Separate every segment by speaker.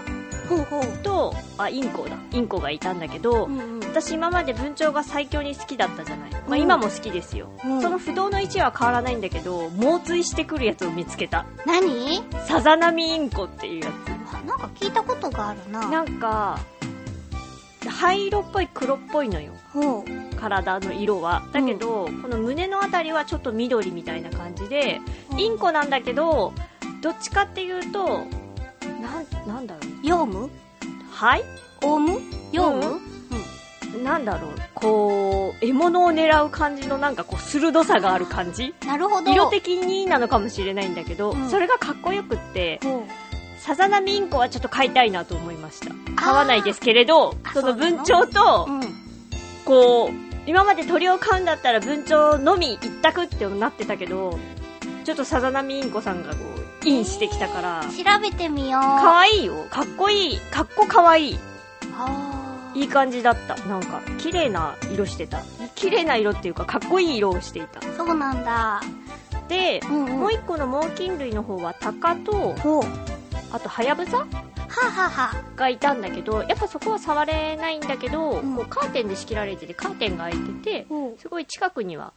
Speaker 1: うほう。
Speaker 2: とあインコだインコがいたんだけど、
Speaker 1: うんうん、
Speaker 2: 私今まで文鳥が最強に好きだったじゃない、ま
Speaker 1: う
Speaker 2: あ、
Speaker 1: ん
Speaker 2: 今も好きですよ、
Speaker 1: うん
Speaker 2: その不動の位置は変わらないんだけど猛追してくるやつを見つけた
Speaker 1: 何
Speaker 2: サザナミインコっていうや
Speaker 1: あなんか聞いたことがあるな。
Speaker 2: つなんか灰色っぽい黒っぽいのよ
Speaker 1: ほう。
Speaker 2: 体の色はだけど、この胸のあたりはちょっと緑みたいな感じでインコなんだけど、どっちかっていうと、なん、なんだろう。
Speaker 1: ヨウム
Speaker 2: はい
Speaker 1: オウムヨウム、
Speaker 2: うんなんだろう。こう、獲物を狙う感じのなんかこう、鋭さがある感じ
Speaker 1: なるほど。
Speaker 2: 色的になのかもしれないんだけど、
Speaker 1: うん
Speaker 2: それがかっこよくって、
Speaker 1: ほう。
Speaker 2: サザナミインコはちょっと飼いたいなと思いました。飼わないですけれど
Speaker 1: あ、ー
Speaker 2: そ
Speaker 1: あそ
Speaker 2: の
Speaker 1: うな
Speaker 2: 文
Speaker 1: の
Speaker 2: 鳥と、
Speaker 1: うん。
Speaker 2: こう、今まで鳥を飼うんだったら文鳥のみ一択ってなってたけど、ちょっとサザナミインコさんがこう、インしてきたから、
Speaker 1: 調べてみよう。
Speaker 2: 可愛いよ。かっこいい。かっこかわいい。
Speaker 1: あー
Speaker 2: いい感じだった。なんか、綺麗な色してた。綺麗な色っていうか、かっこいい色をしていた。
Speaker 1: そうなんだ。
Speaker 2: で、
Speaker 1: うんうん。
Speaker 2: もう一個の猛禽類の方は、タカと、
Speaker 1: ほう。は
Speaker 2: あと、ハヤブサ
Speaker 1: あ、はあは
Speaker 2: がいたんだけど、やっぱそこは触れないんだけど、
Speaker 1: うん
Speaker 2: こうカーテンで仕切られてて、カーテンが開いてて、
Speaker 1: ほ
Speaker 2: すごい近くには、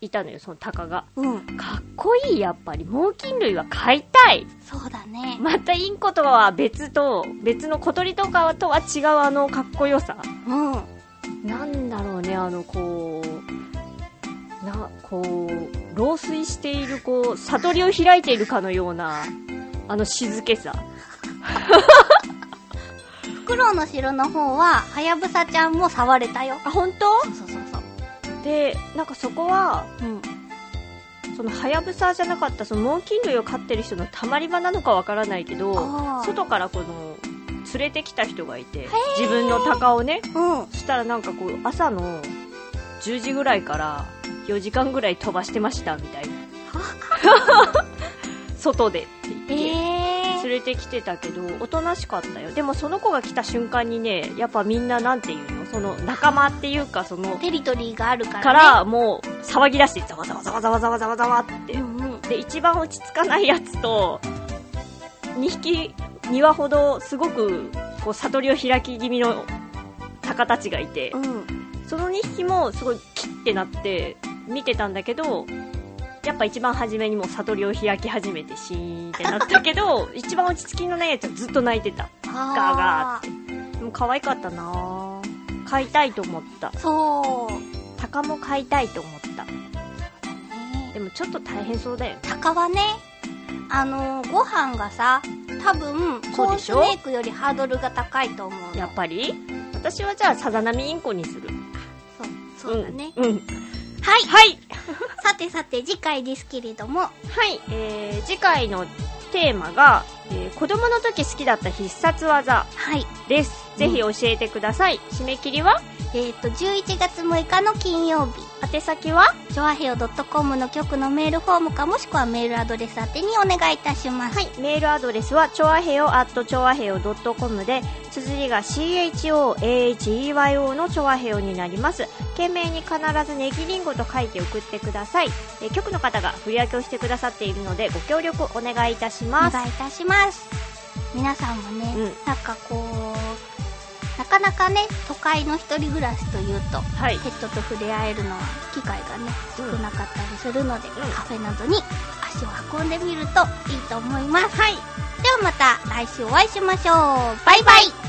Speaker 2: いたのよ、そのタカが。
Speaker 1: う。うん。
Speaker 2: かっこいい、やっぱり。猛禽類は飼いたい。
Speaker 1: そうだね。
Speaker 2: またインコとかは別と、別の小鳥とかとは違うあのかっこよさ。
Speaker 1: うん。
Speaker 2: なんだろうね、あの、こう、な、こう、老衰している、こう、悟りを開いているかのような、あの静けさ。
Speaker 1: フクロウの城の方は、はやぶさちゃんも触れたよ。
Speaker 2: あ、
Speaker 1: そう
Speaker 2: 本
Speaker 1: そうそうそう。
Speaker 2: 当で、なんかそこは、
Speaker 1: うん。
Speaker 2: その、はやぶさじゃなかった、その、猛禽類を飼ってる人のたまり場なのかわからないけど、
Speaker 1: あ
Speaker 2: 外からこの、連れてきた人がいて、自分の鷹をね、
Speaker 1: あ。うん。
Speaker 2: そしたらなんかこう、朝の10時ぐらいから4時間ぐらい飛ばしてました、みたいな。 外でって
Speaker 1: え
Speaker 2: 言って。
Speaker 1: えー。
Speaker 2: 連れてきてたけど、おとなしかったよ。でもその子が来た瞬間にね、やっぱみんななんていうのその仲間っていうか、その、
Speaker 1: テリトリーがあるから、ね。
Speaker 2: からもう騒ぎ出して、ざわざわざわざわざわざわざわって
Speaker 1: う。んうん。
Speaker 2: で、一番落ち着かないやつと、2匹、2羽ほどすごく、こう、悟りを開き気味の鷹たちがいて、
Speaker 1: うん。
Speaker 2: その2匹もすごいキッてなって見てたんだけど、やっぱ一番初めにもう悟りを開き始めてシーンってなった けど、一番落ち着きのないやつはずっと泣いてた。ガーガ
Speaker 1: あー
Speaker 2: でも可愛かったなぁ。飼いたいと思った。
Speaker 1: そう。
Speaker 2: 鷹も飼いたいと思った。
Speaker 1: ね
Speaker 2: でもちょっと大変そうだよね。
Speaker 1: 鷹はね、あのーご飯がさ、多分、コ
Speaker 2: そう
Speaker 1: ー
Speaker 2: でし
Speaker 1: ス
Speaker 2: ょ
Speaker 1: メイクよりハードルが高いと思うの。
Speaker 2: やっぱり私はじゃあサザナミインコにする。
Speaker 1: そう、そうだね。
Speaker 2: うん。うん。
Speaker 1: はい。
Speaker 2: はい
Speaker 1: さてさて、次回ですけれども、
Speaker 2: はい、えー、次回のテーマが、えー、子供の時好きだった必殺技
Speaker 1: はい。
Speaker 2: です。ぜひ教えてください。締め切りは
Speaker 1: えっ、と、11月6日の金曜日、
Speaker 2: 宛先は
Speaker 1: ジョアヘオ .com の局のメールフォームかもしくはメールアドレス宛てにお願いいたします。
Speaker 2: はい、メールアドレスは、ちょあへよ at ちょあへよ .com で、綴りが CHOAHEYO のちょあへよになります。懸命に必ずネギリンゴと書いて送ってください。えー局の方が振り分けをしてくださっているので、ご協力お願いいたし
Speaker 1: お
Speaker 2: ます。
Speaker 1: 願いいたします。皆さんもね、
Speaker 2: うん
Speaker 1: なんかこう、なかなかね、都会の一人暮らしというと、
Speaker 2: はい
Speaker 1: ペットと触れ合えるのは機会がね、少
Speaker 2: うん
Speaker 1: なかったりするので、
Speaker 2: ん
Speaker 1: カフェなどに足を運んでみるといいと思います。はい。ではまた来週お会いしましょう。バイバイ